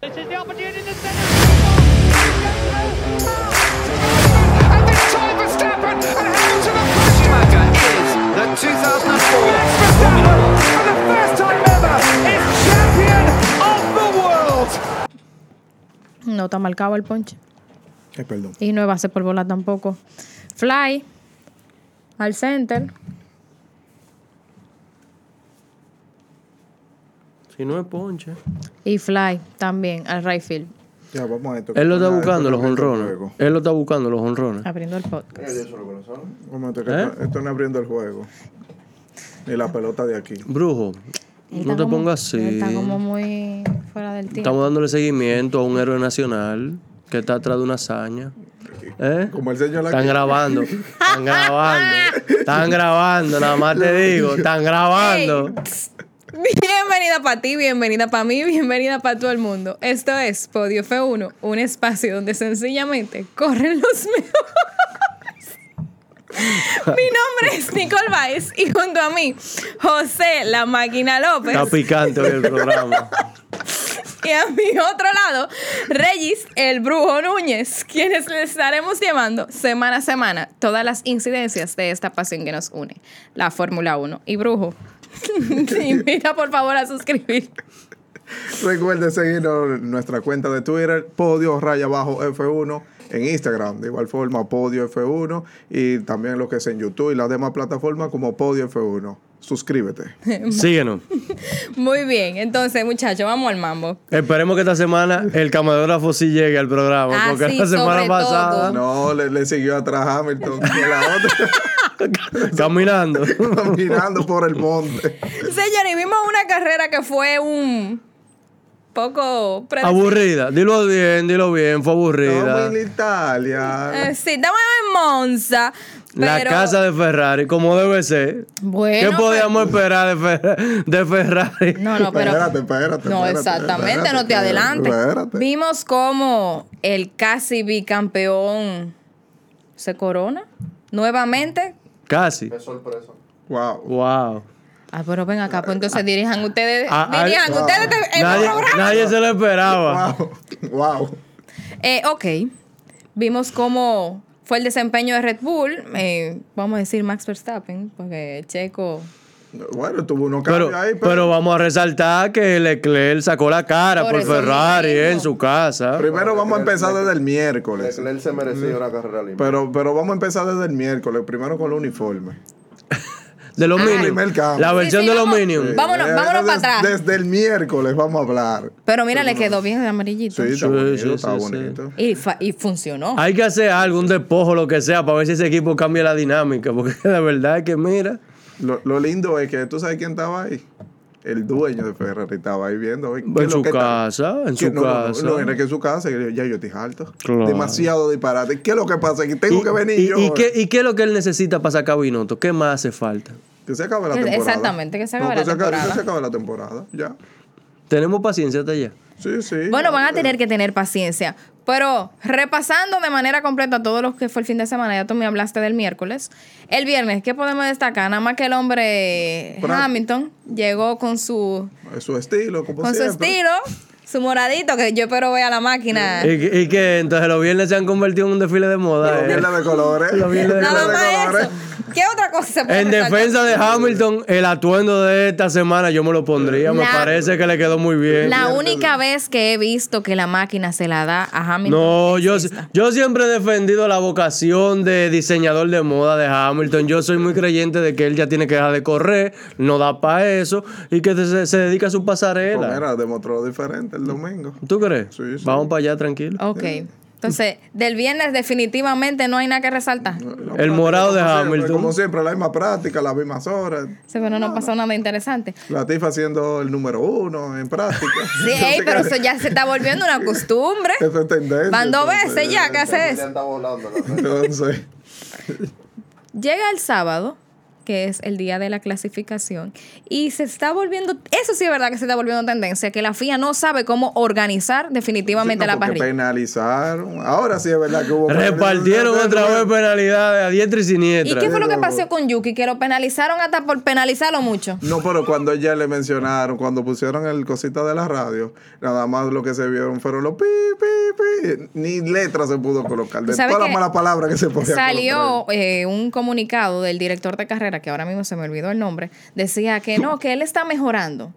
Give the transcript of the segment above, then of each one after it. This is the opportunity in the centre. And this time Verstappen and Hamilton are pushing. Schumacher is the 2004 Max Verstappen, for the first time ever, is champion of the world. No está marcado el ponche. Ay, perdón. Y no va a ser por bola tampoco. Fly al center. Si no es ponche. Y Fly también al right field. Ya, vamos a esto. Él lo está Ah, buscando, esto los no es el honrones. juego. Él lo está buscando, los honrones. Abriendo el podcast. Vamos a esto, que ¿Eh? esto- esto no es abriendo el juego. Ni la pelota de aquí. Brujo, Él no está te como- pongas él así. Está como muy fuera del tiempo. Estamos dándole seguimiento a un héroe nacional que está atrás de una hazaña. ¿Eh? Como el señor Están aquí. grabando, están grabando, están grabando, nada más te digo, están grabando. Bienvenida para ti, bienvenida para mí, bienvenida para todo el mundo. Esto es Podio F1, un espacio donde sencillamente corren los mejores. Mi nombre es Nicole Baez y junto a mí, José La Máquina López. Está picante hoy el programa. Y a mi otro lado, Regis, el brujo Núñez, quienes les estaremos llevando semana a semana todas las incidencias de esta pasión que nos une, la Fórmula 1. Y brujo, te invita por favor a suscribir. Recuerden seguirnos en nuestra cuenta de Twitter, podio raya bajo F1, en Instagram, de igual forma, podio F1, y también lo que es en YouTube y las demás plataformas como podio F1. Suscríbete. Síguenos. Muy bien, entonces muchachos, vamos al mambo. Esperemos que esta semana el camarógrafo sí llegue al programa, Ah, porque sí, la semana sobre todo. pasada, No, le, le siguió atrás Hamilton con la otra, caminando. caminando por el monte. Señores, vimos una carrera que fue un poco... predecible. Aburrida, dilo bien, dilo bien, fue Estamos aburrida. en Italia. Eh, sí, estamos en Monza. La pero- casa de Ferrari, como debe ser. Bueno, pues, ¿Qué podíamos esperar de, Fer- de Ferrari? No, no, pero... espérate, espérate. No, espérate, exactamente, espérate, no te adelantes. Espérate. Vimos cómo el casi bicampeón se corona nuevamente. Casi. Wow. Wow. Ah, pero ven acá, pues entonces dirijan ustedes, Ah, ah, dirijan wow. ustedes te- el Nadie, programa. nadie se lo esperaba. Wow. Wow. Eh, ok, vimos cómo fue el desempeño de Red Bull, eh, vamos a decir Max Verstappen, porque Checo... Bueno, tuvo unos cambios Pero, ahí, pero, pero vamos a resaltar que Leclerc sacó la cara Por por, eso Ferrari mismo. en su casa. primero vamos a empezar desde el miércoles. Leclerc se merecía Mm. una carrera limpia. Pero, pero vamos a empezar desde el miércoles, primero con el uniforme. De los Ah. Minions. Primer cambio. La Sí, versión sí, de los vamos. Minions. Vámonos, Eh, vámonos des- para atrás. Desde el miércoles vamos a hablar. Pero mira, le quedó bien el amarillito. Sí, está Sí, Ah, bonito, sí, está sí, bonito. Y, fa- y funcionó. Hay que hacer algo, un despojo, lo que sea, para ver si ese equipo cambia la dinámica. Porque la verdad es que, mira, Lo, lo lindo es que tú sabes quién estaba ahí. El dueño de Ferrari estaba ahí viendo. ¿qué en es lo su que está- casa, en que- su no, no, casa. No, no, era que en su casa. y Ya yo estoy harto. Claro. Demasiado disparate. ¿Qué es lo que pasa? Que tengo Y- que venir y, Pues yo. y qué, ¿Y qué es lo que él necesita para sacar Binotto? ¿Qué más hace falta? Que se acabe la Que- temporada. exactamente, que se acabe la acabe- temporada. Que se acabe la temporada. Ya. Tenemos paciencia hasta allá. Sí, sí. Bueno, ya. van a tener que tener paciencia. Pero repasando de manera completa todo lo que fue el fin de semana, ya tú me hablaste del miércoles. El viernes, ¿qué podemos destacar? Nada más que el hombre Pra- Hamilton llegó con su, Es Eh, Su estilo, como con su siempre. estilo, su moradito, que yo espero vea la máquina. Y, que- y que entonces los viernes se han convertido en un desfile de moda. Lo eh. viernes de colores. Lo viernes de Nada Los más eso. ¿Qué otra cosa se puede En destacar? defensa de Hamilton, el atuendo de esta semana yo me lo pondría. Me La- parece que le quedó muy bien. La única vez que he visto que la máquina se la da a Hamilton. No, es yo, esta. yo siempre he defendido la vocación de diseñador de moda de Hamilton. Yo soy muy creyente de que él ya tiene que dejar de correr, no da para eso y que se, se dedica a su Pues pasarela. mira, demostró diferente el domingo. ¿Tú crees? Sí, sí. Vamos para allá tranquilo. Ok. Entonces, del viernes definitivamente no hay nada que resaltar. El morado de Como siempre, Hamilton. Como siempre, la misma práctica, las mismas horas. Sí, pero no pasó nada interesante. La tifa siendo el número uno en práctica. Sí, Así ey, que pero eso ya se está volviendo una costumbre. Eso es tendencia. Van dos entonces. veces ya que hace William eso. está volando. ¿no? Entonces, Llega el sábado, que es el día de la clasificación. Y se está volviendo, eso sí es verdad que se está volviendo tendencia, que la FIA no sabe cómo organizar definitivamente no, la porque parrilla. penalizaron. Ahora sí es verdad que hubo. Repartieron otra vez penalidades a diestra y ¿Y siniestra. qué fue lo que pasó con Yuki? Que lo penalizaron hasta por penalizarlo mucho. No, pero cuando ya le mencionaron, cuando pusieron el cosita de la radio, nada más lo que se vieron fueron los pi, pi, pi. Ni letra se pudo colocar. De ¿Tú sabes todas las que malas palabras que se podían Salió eh, un comunicado del director de carrera, que ahora mismo se me olvidó el nombre, decía que no, que él está mejorando,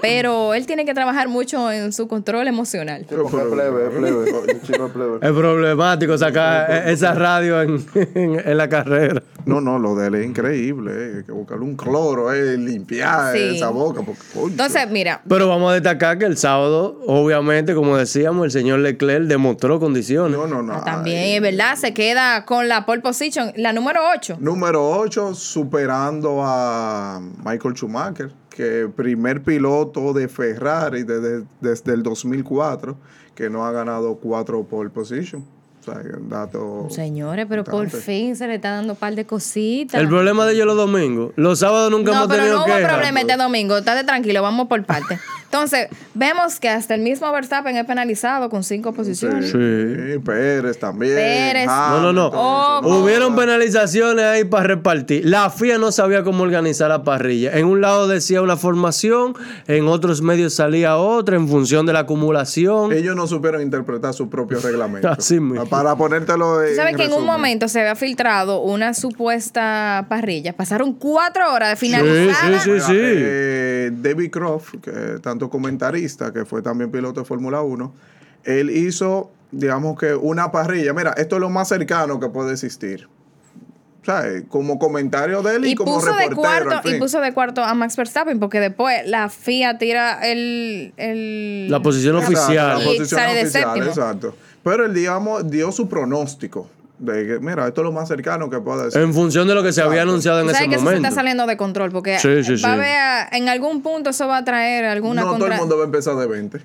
pero él tiene que trabajar mucho en su control emocional. Pero, Porque pero- plebe, plebe, el chico es plebe. Es problemático sacar e- esa radio en, en- en la carrera. No, no, lo de él es increíble. eh. Hay que buscarle un cloro, eh, limpiar Sí. esa boca. Porque, coño. Entonces, mira, Pero vamos a destacar que el sábado, obviamente, como decíamos, el señor Leclerc demostró condiciones. no, no, no. ah, también es verdad, se queda con la pole position, la número 8. Número 8, superando a Michael Schumacher, que primer piloto de Ferrari desde, desde el 2004, que no ha ganado cuatro pole position. O sea, un dato... Señores, pero por importante. fin se le está dando un par de cositas. El problema de ellos los domingos. Los sábados nunca No, hemos pero tenido no hubo quejas. problema este domingo. Estate tranquilo, vamos por parte. Entonces, vemos que hasta el mismo Verstappen es penalizado con cinco posiciones. Sí, Pérez también. Pérez. No, no, no. Oh, Hubieron penalizaciones ahí para repartir. La FIA no sabía cómo organizar la parrilla. En un lado decía una formación, en otros medios salía otra en función de la acumulación. Ellos no supieron interpretar su propio reglamento. Así mismo. Para ponértelo en Tú sabes que en un resumen. momento se había filtrado una supuesta parrilla. Pasaron cuatro horas de finalizada. Sí, sí. Eh, David Croft, que tanto comentarista, que fue también piloto de Fórmula 1, él hizo, digamos que una parrilla. Mira, esto es lo más cercano que puede existir. ¿Sabes? Como comentario de él y, Y como puso, de reportero. cuarto, al y fin. puso de cuarto a Max Verstappen porque después la FIA tira el... el- La posición Exacto, oficial. la Y posición sale de oficial, séptimo. Exacto. Pero él, digamos, dio su pronóstico. De que, mira, esto es lo más cercano que puede existir. En función de lo que se había anunciado en Tú ese sabes que eso se está momento. saliendo de control porque Sí, sí, sí. va a haber, a- en algún punto eso va a traer alguna no todo contra- el mundo va a empezar de 20.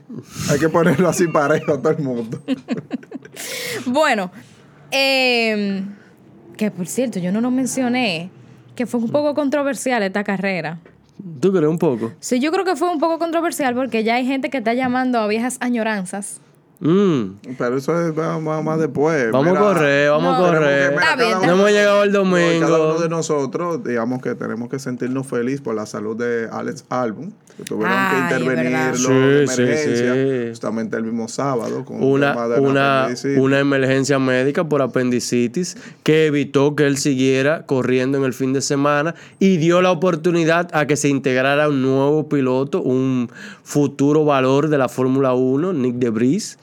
Hay que ponerlo así parejo a todo el mundo. Bueno, eh, que por cierto, yo no lo mencioné, que fue un poco controversial esta carrera. ¿Tú crees un poco? Sí, yo creo que fue un poco controversial porque ya hay gente que está llamando a viejas añoranzas. Mm. Pero eso es va- va- más, después. Vamos Mira, a correr, vamos No. a Tenemos que- correr. mira, Está bien, cada No uno- hemos llegado el no, Cada uno de domingo. nosotros, digamos que tenemos que sentirnos felices por la salud de Alex Album, que tuvieron Ay, que verdad. intervenirlo Sí, de sí, emergencia, sí. justamente el mismo sábado, con Una, un tema de la una, apendicitis. una emergencia médica por apendicitis que evitó que él siguiera corriendo en el fin de semana y dio la oportunidad a que se integrara un nuevo piloto, un futuro valor de la Fórmula 1, Nick Debris,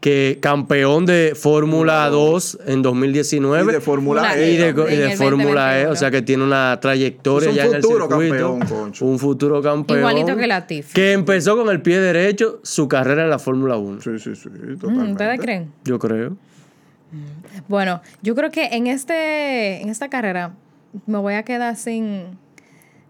que campeón de Fórmula 2 en 2019 Y de Fórmula E. y de, también. y de En el Fórmula E, o 2021. sea que tiene una trayectoria Es un ya en el futuro circuito. campeón, concho. Un futuro campeón. Igualito que Latifi. Que empezó con el pie derecho su carrera en la Fórmula 1. Sí, sí, sí, Mm, totalmente. ¿Ustedes creen? Yo creo. Bueno, yo creo que en este, en esta carrera me voy a quedar sin,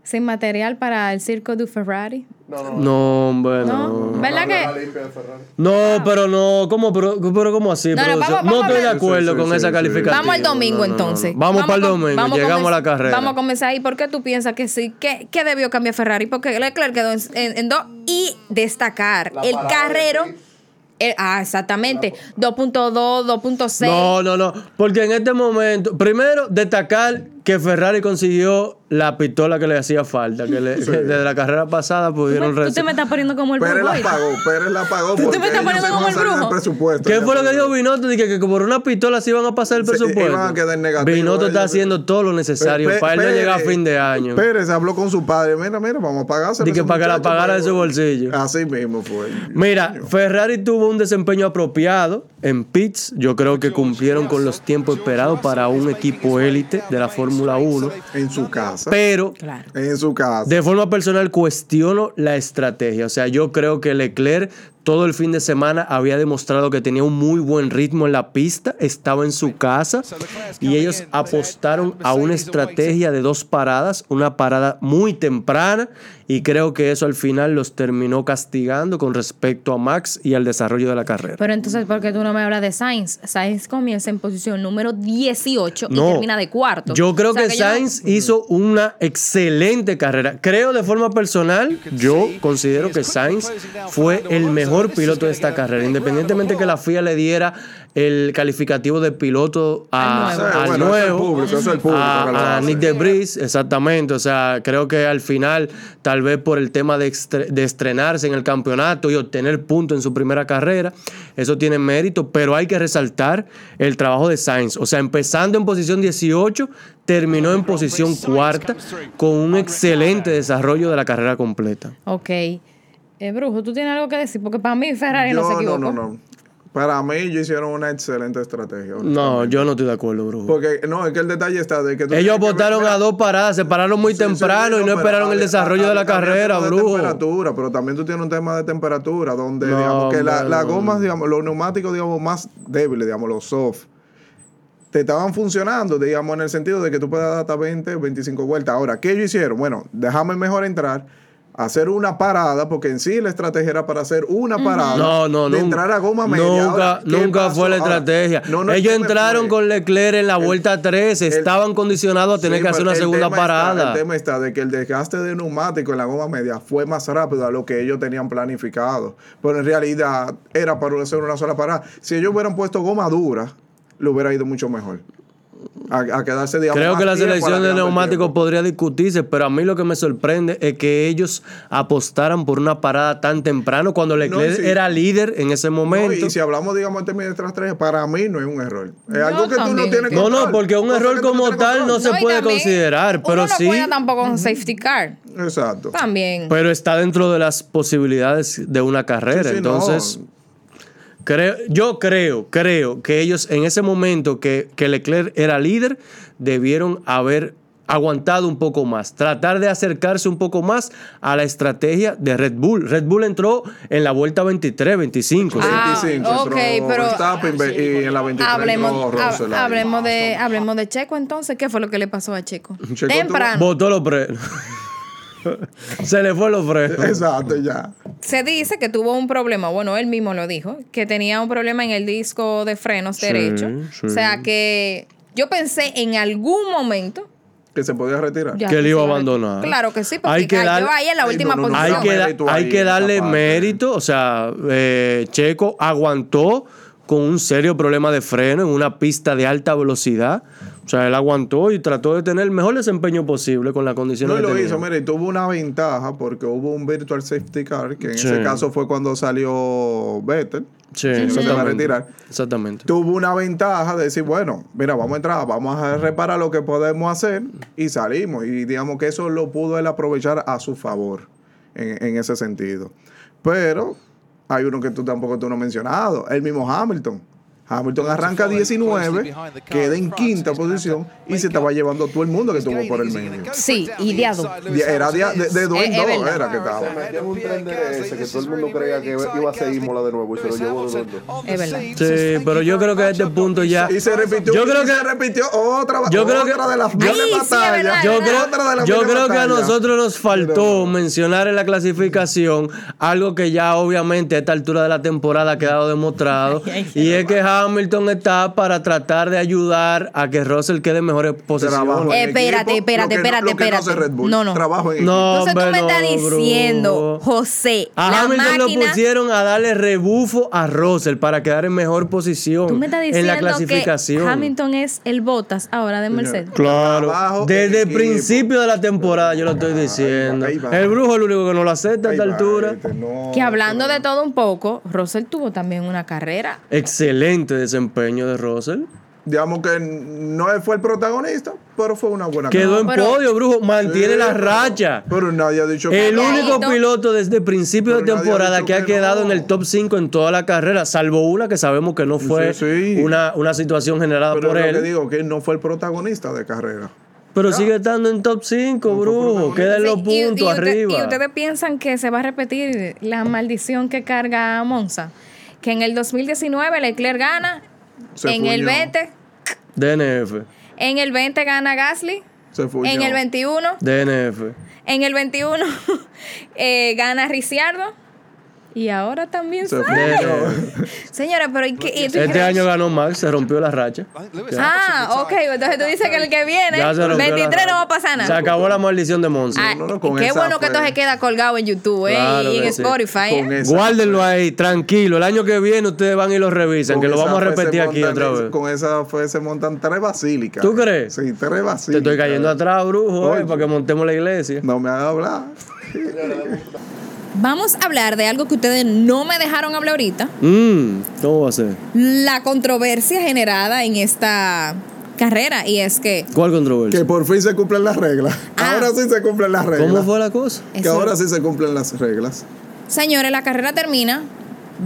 sin material para el circo de Ferrari. No, no, No, hombre, ¿No? no. la ¿Verdad que? limpia de Ferrari. No, pero no, ¿cómo, pero, pero ¿cómo así? No, no, producción? vamos- No vamos a estoy de ver. acuerdo Sí, sí, con sí, esa sí. calificación. Vamos al domingo No, no, no. entonces. Vamos, para el con- domingo, vamos llegamos a comenz- la carrera. Vamos a comenzar ahí. ¿Por qué tú piensas que sí? ¿Qué, qué debió cambiar Ferrari? Porque Leclerc quedó en, en- en dos. Y destacar, La el parada carrero... de Pitt. el- ah, exactamente. 2.2, 2.6. No, no, no. Porque en este momento, primero, destacar que Ferrari consiguió la pistola que le hacía falta, que le- desde la carrera pasada pudieron Tú te reci- me estás poniendo como el Pérez la Burgoy. pagó, Pérez la pagó. Tú te porque me estás ellos poniendo se como van a el salir del brujo. presupuesto. ¿Qué Ya fue lo que sabes. dijo Binotto? Dije que, que por una pistola se iban a pasar el Sí, presupuesto. iban a quedar negativos Binotto está ellos. haciendo todo lo necesario Pe- para él no Pérez- llegar a fin de año. Pérez habló con su padre. Mira, mira, vamos a pagárselo. Di que a ese para que la muchacho, pagara pero- de su bolsillo. Así mismo fue. Mira, Ferrari tuvo un desempeño apropiado en pits. Yo creo que cumplieron con los tiempos esperados para un equipo élite de la Fórmula 1. En su casa. Pero Claro. En su casa. de forma personal cuestiono la estrategia. O sea, yo creo que Leclerc todo el fin de semana había demostrado que tenía un muy buen ritmo en la pista, estaba en su casa y ellos apostaron a una estrategia de dos paradas, una parada muy temprana y creo que eso al final los terminó castigando con respecto a Max y al desarrollo de la carrera. Pero entonces, ¿por qué tú no me hablas de Sainz? Sainz comienza en posición número 18 No. y termina de cuarto. Yo creo O sea, que, yo no- Sainz hizo una excelente carrera. Creo de forma personal, yo considero que Sainz fue el mejor piloto de esta carrera, independientemente que la FIA le diera el calificativo de piloto a- Al Sí, nuevo. Ah, al bueno, eso es el nuevo. público, eso es el público que lo a, a hace. Nick de Bris, exactamente. O sea, creo que al final, tal vez por el tema de, estre- de estrenarse en el campeonato y obtener puntos en su primera carrera, eso tiene mérito, pero hay que resaltar el trabajo de Sainz. O sea, empezando en posición 18, terminó en posición cuarta con un excelente desarrollo de la carrera completa. Ok. Eh, Brujo, ¿tú tienes algo que decir? Porque para mí Ferrari Yo, no se equivocó. no, no, no. Para mí, ellos hicieron una excelente estrategia. No, yo no estoy de acuerdo, Brujo. Porque, no, es que el detalle está de que tú Ellos tienes que ver- votaron mira, a dos paradas, se pararon muy sí, sí, temprano y no pero esperaron el había- desarrollo de la había- había carrera, temas de Brujo. temperatura, pero también tú tienes un tema de temperatura, donde No, digamos que la- las hombre, no. gomas, digamos, los neumáticos, digamos, más débiles, digamos, los soft, te estaban funcionando, digamos, en el sentido de que tú puedas dar hasta 20, 25 vueltas. Ahora, ¿qué ellos hicieron? Bueno, déjame mejor entrar. Hacer una parada, porque en sí la estrategia era para hacer una parada. No, no, de nunca. entrar a goma media. Nunca, Ahora, ¿qué nunca pasó? fue la Ahora, estrategia. no, no, Ellos ¿qué me entraron fue? con Leclerc en la vuelta 3. Estaban condicionados a tener Sí, que hacer pero una el segunda tema está- parada. el tema está de que el desgaste de neumático en la goma media fue más rápido a lo que ellos tenían planificado. Pero en realidad era para hacer una sola parada. Si ellos hubieran puesto goma dura, le hubiera ido mucho mejor. A, a quedarse, digamos, Creo más que la tiempo, a selección de quedarse neumáticos tiempo. podría discutirse, pero a mí lo que me sorprende es que ellos apostaran por una parada tan temprano cuando Leclerc sí. era líder en ese No, momento. y si hablamos, digamos, en términos de estrategia, para mí no es un error. Es Yo algo que tú no también tienes No, no, control. porque un Cosa error que tú como tienes tal no control. se y puede también, considerar, uno pero no sí- Pues, juega tampoco con safety car. Exacto. También. Pero está dentro de las posibilidades de una carrera. Sí, sí, Entonces, no. creo, yo creo, creo que ellos en ese momento que, que Leclerc era líder, debieron haber aguantado un poco más, tratar de acercarse un poco más a la estrategia de Red Bull. Red Bull entró en la vuelta 23, 25. ¿sí? Ah, 25 entró ok, pero- Ah, Verstappen, y en la 23 hablemos, entró hab- Russell ahí. hablemos de, hablemos de Checo entonces. ¿Qué fue lo que le pasó a Checo? tuvo- Temprano. Botó los frenos. Se le fue los frenos. Exacto, ya. Se dice que tuvo un problema, bueno, él mismo lo dijo, que tenía un problema en el disco de frenos derecho. sí. O sea que yo pensé en algún momento. Que se podía retirar. ya Que él iba a se abandonar. Claro que sí, porque Hay que cayó dar- ahí en la Ay, última no, no, no, posición. hay que, da- mérito hay ahí, que darle esa parte. mérito. O sea, eh, Checo aguantó con un serio problema de freno en una pista de alta velocidad. O sea, él aguantó y trató de tener el mejor desempeño posible con las No, condiciones y que lo tenía. hizo, mire, y tuvo una ventaja porque hubo un virtual safety car, que en Sí. ese caso fue cuando salió Vettel. se Sí, va a exactamente. retirar. Exactamente. Tuvo una ventaja de decir, bueno, mira, vamos a entrar, vamos a reparar lo que podemos hacer y salimos. Y digamos que eso lo pudo él aprovechar a su favor en, en ese sentido. Pero hay uno que tú tampoco tú no has mencionado, el mismo Hamilton. Hamilton arranca 19, queda en quinta posición y se estaba llevando todo el mundo que estuvo por el medio. Sí, y de ado. Ya Era de, de, de dos en Es- es dos, verdad. era que estaba. Se metió en un tren de ese que todo el mundo creía que iba a seguir mola de nuevo y se lo llevó de dos. Es verdad. Sí, pero yo creo que a este punto ya. Y se repitió. Yo y creo se que- repitió otra, yo creo otra que- de las yo- miles Ay, sí, es verdad, batallas. es Yo ¿verdad? creo, Otra de las yo miles creo que a batallas. nosotros nos faltó mencionar en la clasificación algo que ya obviamente a esta altura de la temporada ha quedado demostrado y es que Hamilton está para tratar de ayudar a que Russell quede en mejores Trabajo posiciones. en Eh, Espérate, equipo, espérate, lo que no- espérate, lo que no hace espérate. Red Bull, No, no. Trabajo en equipo. No, Entonces tú hombre, me no, estás bro. diciendo, José, A la Hamilton lo máquina- pusieron a darle rebufo a Russell para quedar en mejor posición Tú me estás en la diciendo que clasificación. Hamilton es el Botas ahora de Mercedes. Claro, Trabajo en desde el equipo. principio de la temporada yo lo estoy diciendo. ahí va. El brujo es el único que no lo acepta a Ay, esta altura. vete, no. Que hablando de todo un poco, Russell tuvo también una carrera. Excelente desempeño de Russell. Digamos que no fue el protagonista, pero fue una buena Quedó en pero- podio, brujo. Mantiene Sí, la pero- racha. Pero nadie ha dicho El no. único Pero- piloto desde el principio de Pero nadie ha temporada dicho que ha que quedado no. en el top 5 en toda la carrera, salvo una que sabemos que no fue Sí, sí. Una, una situación generada Pero por lo que él. digo que no fue el protagonista de carrera. Pero sigue estando en top 5, brujo. Queda en los Sí, y- y puntos usted- arriba. y ustedes piensan que se va a repetir la maldición que carga Monza. Que en el 2019 Leclerc gana, Se en el fuñó. 20, DNF. en el 20 gana Gasly, Se fuñó. en el 21, DNF. en el 21 eh, gana Ricciardo. Y ahora también Se sale. DNF. Señora, pero ¿y qué? y tú Este crees? año ganó Max, se rompió la racha. Ah, ok. Entonces tú dices que el que viene, Ya se rompió la 23 no va a pasar Se nada. acabó la maldición de Ah, Monza. no, no, con qué esa bueno que fue- esto se queda colgado en YouTube eh, Claro y en que sí. Spotify. eh. Con esa- Guárdenlo ahí, tranquilo. El año que viene ustedes van y lo revisan, que con lo esa vamos a fue, se repetir aquí montan- otra vez. Con esa fue, se montan tres basílicas. ¿Tú crees? Sí, tres basílicas. Te estoy cayendo atrás, brujo, eh, Oye. para que montemos la iglesia. No me hagas hablar. Vamos a hablar de algo que ustedes no me dejaron hablar ahorita. Mm, ¿Cómo va a ser? La controversia generada en esta carrera y es que ¿Cuál Que controversia? por fin se cumplen las reglas. Ah. Ahora sí se cumplen las reglas. ¿Cómo fue la cosa? Que Eso- ahora sí se cumplen las reglas. señores, la carrera termina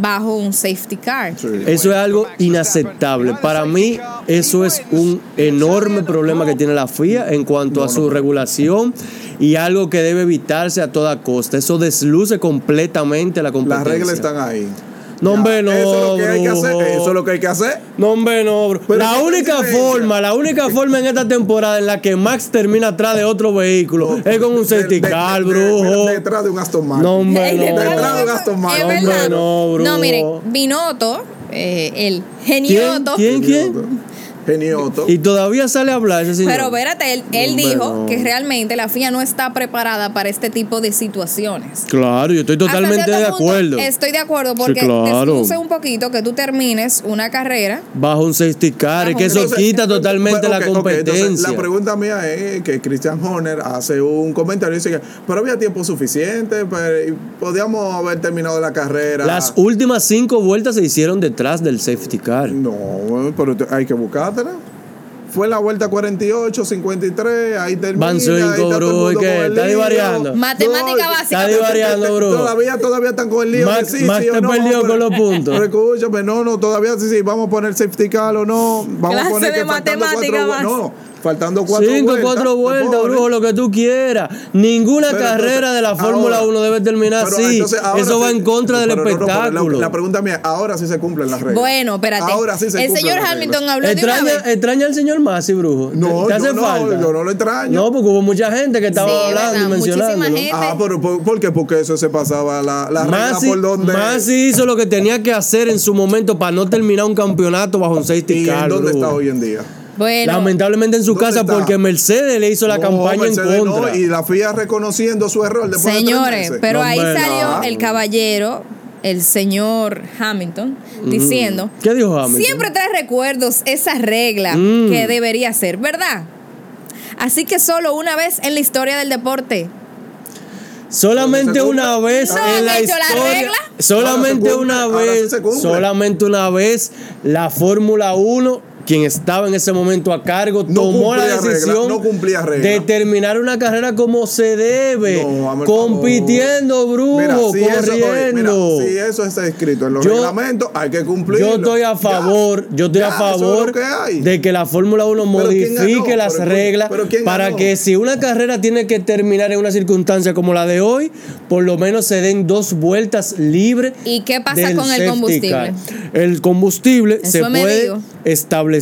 bajo un safety car. Sí. Eso es algo inaceptable. Para mí, eso es un enorme problema que tiene la FIA en cuanto a su regulación y algo que debe evitarse a toda costa. Eso desluce completamente la Las competencia. reglas están ahí. No, hombre, no, eso es lo que hay que hacer. brujo. Eso es lo que hay que hacer. No, hombre, no, bro. Pero la ¿qué única coincidencia? forma, la única forma en esta temporada en la que Max termina atrás de otro vehículo es con un De- de- safety car, de- de- brujo. Detrás de un Aston Martin. No, hombre, Ey, no. detrás de- Detrás de un Aston Martin. Es Hombre, verdad. no, bro. miren, Binotto, eh, el ¿Quién, genioto. quién, quién? Genioto. Y todavía sale a hablar ese señor. Pero espérate, él, él Hombre, dijo no. que realmente la FIA no está preparada para este tipo de situaciones. Claro, yo estoy totalmente Hasta de cierto punto, acuerdo. Estoy de acuerdo porque Sí, claro. desluce un poquito que tú termines una carrera. Bajo un safety car, es que eso Entonces, quita totalmente ok, la ok, competencia. entonces, la pregunta mía es que Christian Horner hace un comentario y dice que, pero había tiempo suficiente, pero, y podíamos haber terminado la carrera. Las últimas cinco vueltas se hicieron detrás del safety car. No, pero te- hay que buscártela. Fue la vuelta 48, 53, ahí termina. Van cinco, ahí está todo el bro, mundo ¿y con qué? el Está lío. divariando. Matemática No, básica. Está divariando, bro. Todavía, todavía están con el lío. Max- de sí, Max sí o te no, perdió pero- con los puntos. Pero escúchame, no, no, todavía sí, sí, vamos a poner safety car o no. Vamos Clase a poner de que faltando matemática, cuatro, vu- Max. No, faltando cuatro Cinco, vueltas. cuatro lo vueltas, pones. brujo, lo que tú quieras. Ninguna Pero carrera entonces, de la Fórmula ahora- 1 debe terminar pero así. entonces ahora Eso va sí- en contra del pero no, no, pero la- espectáculo. la pregunta mía, ahora sí se cumplen las reglas. Bueno, espérate. Ahora sí se el cumplen señor las reglas. Hamilton habló de extraña, eh, una vez. extraña al señor Masi, brujo. No, ¿Te hace yo no, falta? yo no lo extraño. No, porque hubo mucha gente que estaba Sí, hablando verdad, y mencionando. muchísima gente. Ah, pero ¿por, por qué? Porque eso se pasaba la, la regla Masi, por donde. Masi hizo lo que tenía que hacer en su momento para no terminar un campeonato bajo un safety ¿Y car. en dónde brujo. está hoy en día? Bueno, Lamentablemente en su ¿Dónde casa está? porque Mercedes le hizo la No, campaña Mercedes en no, contra. y la FIA reconociendo su error después de señores, tres meses. pero No, ahí hombre, salió no. el caballero, el señor Hamilton, diciendo: ¿Qué dijo Ah, Hamilton? Siempre trae recuerdos esa regla Mm. que debería ser, ¿verdad? Así que solo una vez en la historia del deporte. Solamente ¿Se cumple? una vez ¿No en han la hecho la historia. regla? Solamente Ahora se cumple, una ahora vez. se cumple. Solamente una vez la Fórmula 1, quien estaba en ese momento a cargo, No tomó la cumplía regla, decisión no cumplía regla. de terminar una carrera como se debe. No, hazme el compitiendo, brujo, Mira, si eso- oye, mira, corriendo. si eso está escrito en los Yo- reglamentos, hay que cumplirlo. Yo estoy a Ya. favor, yo estoy Ya, a eso es lo favor que hay. de que la Fórmula 1 Pero ¿quién ganó? modifique las Pero, reglas pero ¿quién para ganó? que si una carrera tiene que terminar en una circunstancia como la de hoy, por lo menos se den dos vueltas libres. ¿Y qué pasa del con el safety combustible? car. El combustible Eso se me puede digo. establecer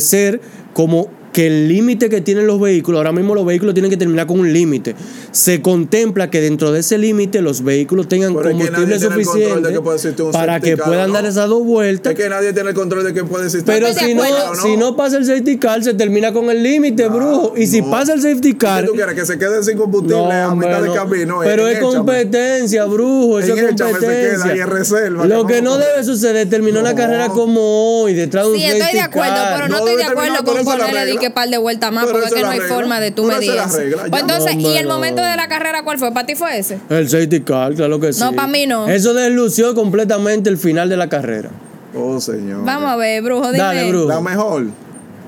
como que el límite que tienen los vehículos, ahora mismo los vehículos tienen que terminar con un límite. Se contempla que dentro de ese límite los vehículos tengan Pero es que combustible nadie tiene el control de suficiente que pueda existir un para safety que car, puedan ¿no? dar esas dos vueltas. Es que nadie tiene el control de que puede existir. Pero Estoy si de no, acuerdo. Ah, si no pasa el safety car, se termina con el límite, brujo. Y si no. pasa el safety ¿Qué car. tú quieres? Que se queden sin combustible No, a hombre, mitad no. de camino. Eh, pero En es Échame. competencia, brujo. Eso En es Échame se queda competencia. ahí en reserva, Lo que que no- no debe suceder, terminó la No. carrera como hoy, detrás de un Sí, estoy safety de acuerdo, car. pero no, No, estoy de debe terminar, acuerdo pero con esa es la ponerle de regla. que par de vueltas más, Pero porque es esa que es no la hay regla. forma de tú Pero esa medir es la eso. regla, ya. Pues entonces, No, ¿y el hombre, momento no. de la carrera cuál fue? ¿Para ti fue ese? El safety car, claro que sí. No, pa' mí no. Eso deslució completamente el final de la carrera. Oh, señor. Vamos a ver, brujo, dime. Dale, brujo. La mejor.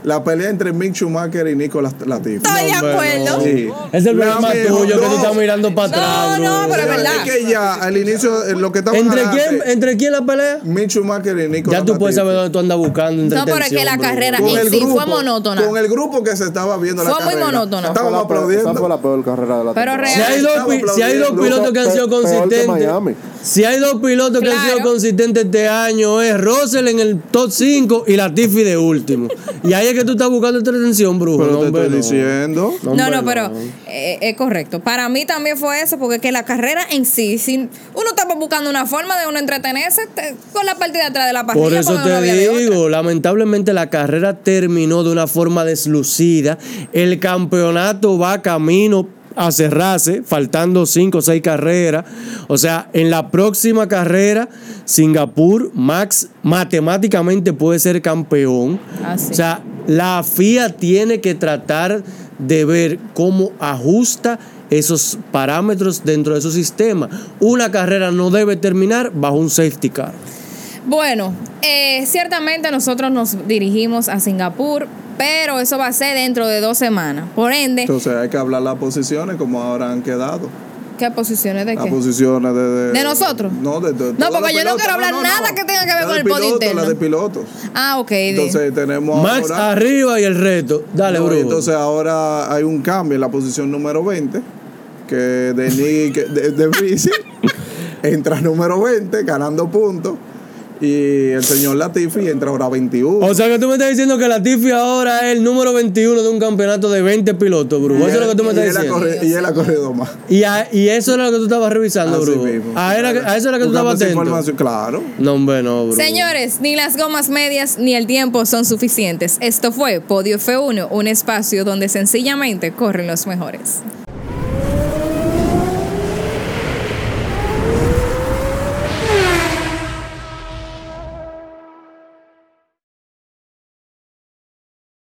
La pelea entre Mick Schumacher y Nicolas Latifi. Estoy de acuerdo. Sí. Es el La problema mejor- tuyo que tú no. estás mirando para atrás. No, no, bro. pero es verdad. Es que ya, al inicio, eh, lo que estaba ¿Entre adelante, quién, ¿Entre quién la pelea? Mick Schumacher y Nicolas Ya tú Latifi. puedes saber dónde tú andas buscando. No, pero es que entretención, la bro. carrera Con en el sí fue grupo- monótona. Con el grupo que se estaba viendo la Fue muy carrera. monótona. Esa fue Estábamos la peor- aplaudiendo. Esa fue la peor carrera de la Pero temporada. real. Si hay, dos, Estamos pi- si hay dos aplaudiendo. pilotos que han sido Peor que consistentes, Miami. si hay dos pilotos que han sido Claro. consistentes este año, es Russell en el top 5 y Latifi de último. y ahí es que tú estás buscando entretención, brujo. Pero no, te hombre, estoy no. diciendo. No, no, hombre, pero eh, es correcto. Para mí también fue eso, porque que la carrera en sí, sin, uno estaba buscando una forma de uno entretenerse te- con la parte de atrás de la parrilla. Por eso porque no te había de otra. digo, lamentablemente la carrera terminó de una forma deslucida. El campeonato va camino a cerrarse, faltando cinco o seis carreras. O sea, en la próxima carrera, Singapur, Max matemáticamente puede ser campeón. Ah, sí. O sea, la FIA tiene que tratar de ver cómo ajusta esos parámetros dentro de su sistema. Una carrera no debe terminar bajo un safety car. Bueno, eh, ciertamente nosotros nos dirigimos a Singapur, pero eso va a ser dentro de dos semanas. Por ende, Entonces hay que hablar las posiciones como ahora han quedado. ¿qué posiciones de Las qué? posiciones de, de, ¿De nosotros? No, de, de- No, todos porque yo no los pilotos. quiero hablar nada que tenga que ver La con de el podio piloto, interno. La de pilotos. Ah, ok. di. Entonces tenemos Max ahora, arriba y el reto. Dale, No, y bro. Entonces ahora hay un cambio en la posición número 20, que de Nick, de, de Brissy, entra número 20, ganando puntos. Y el señor Latifi entra ahora 21. o sea que tú me estás diciendo que Latifi ahora es el número 21 de un campeonato de 20 pilotos, bro. Eso es lo que tú me Y estás él ha diciendo. corre- y él ha corrido más. Y, a- y eso era lo que tú estabas revisando, Así bro. mismo. A, era- a eso era que Buscando tú estabas esa atento. información, Claro. No, hombre, no, bro. Señores, ni las gomas medias ni el tiempo son suficientes. Esto fue Podio F1, un espacio donde sencillamente corren los mejores.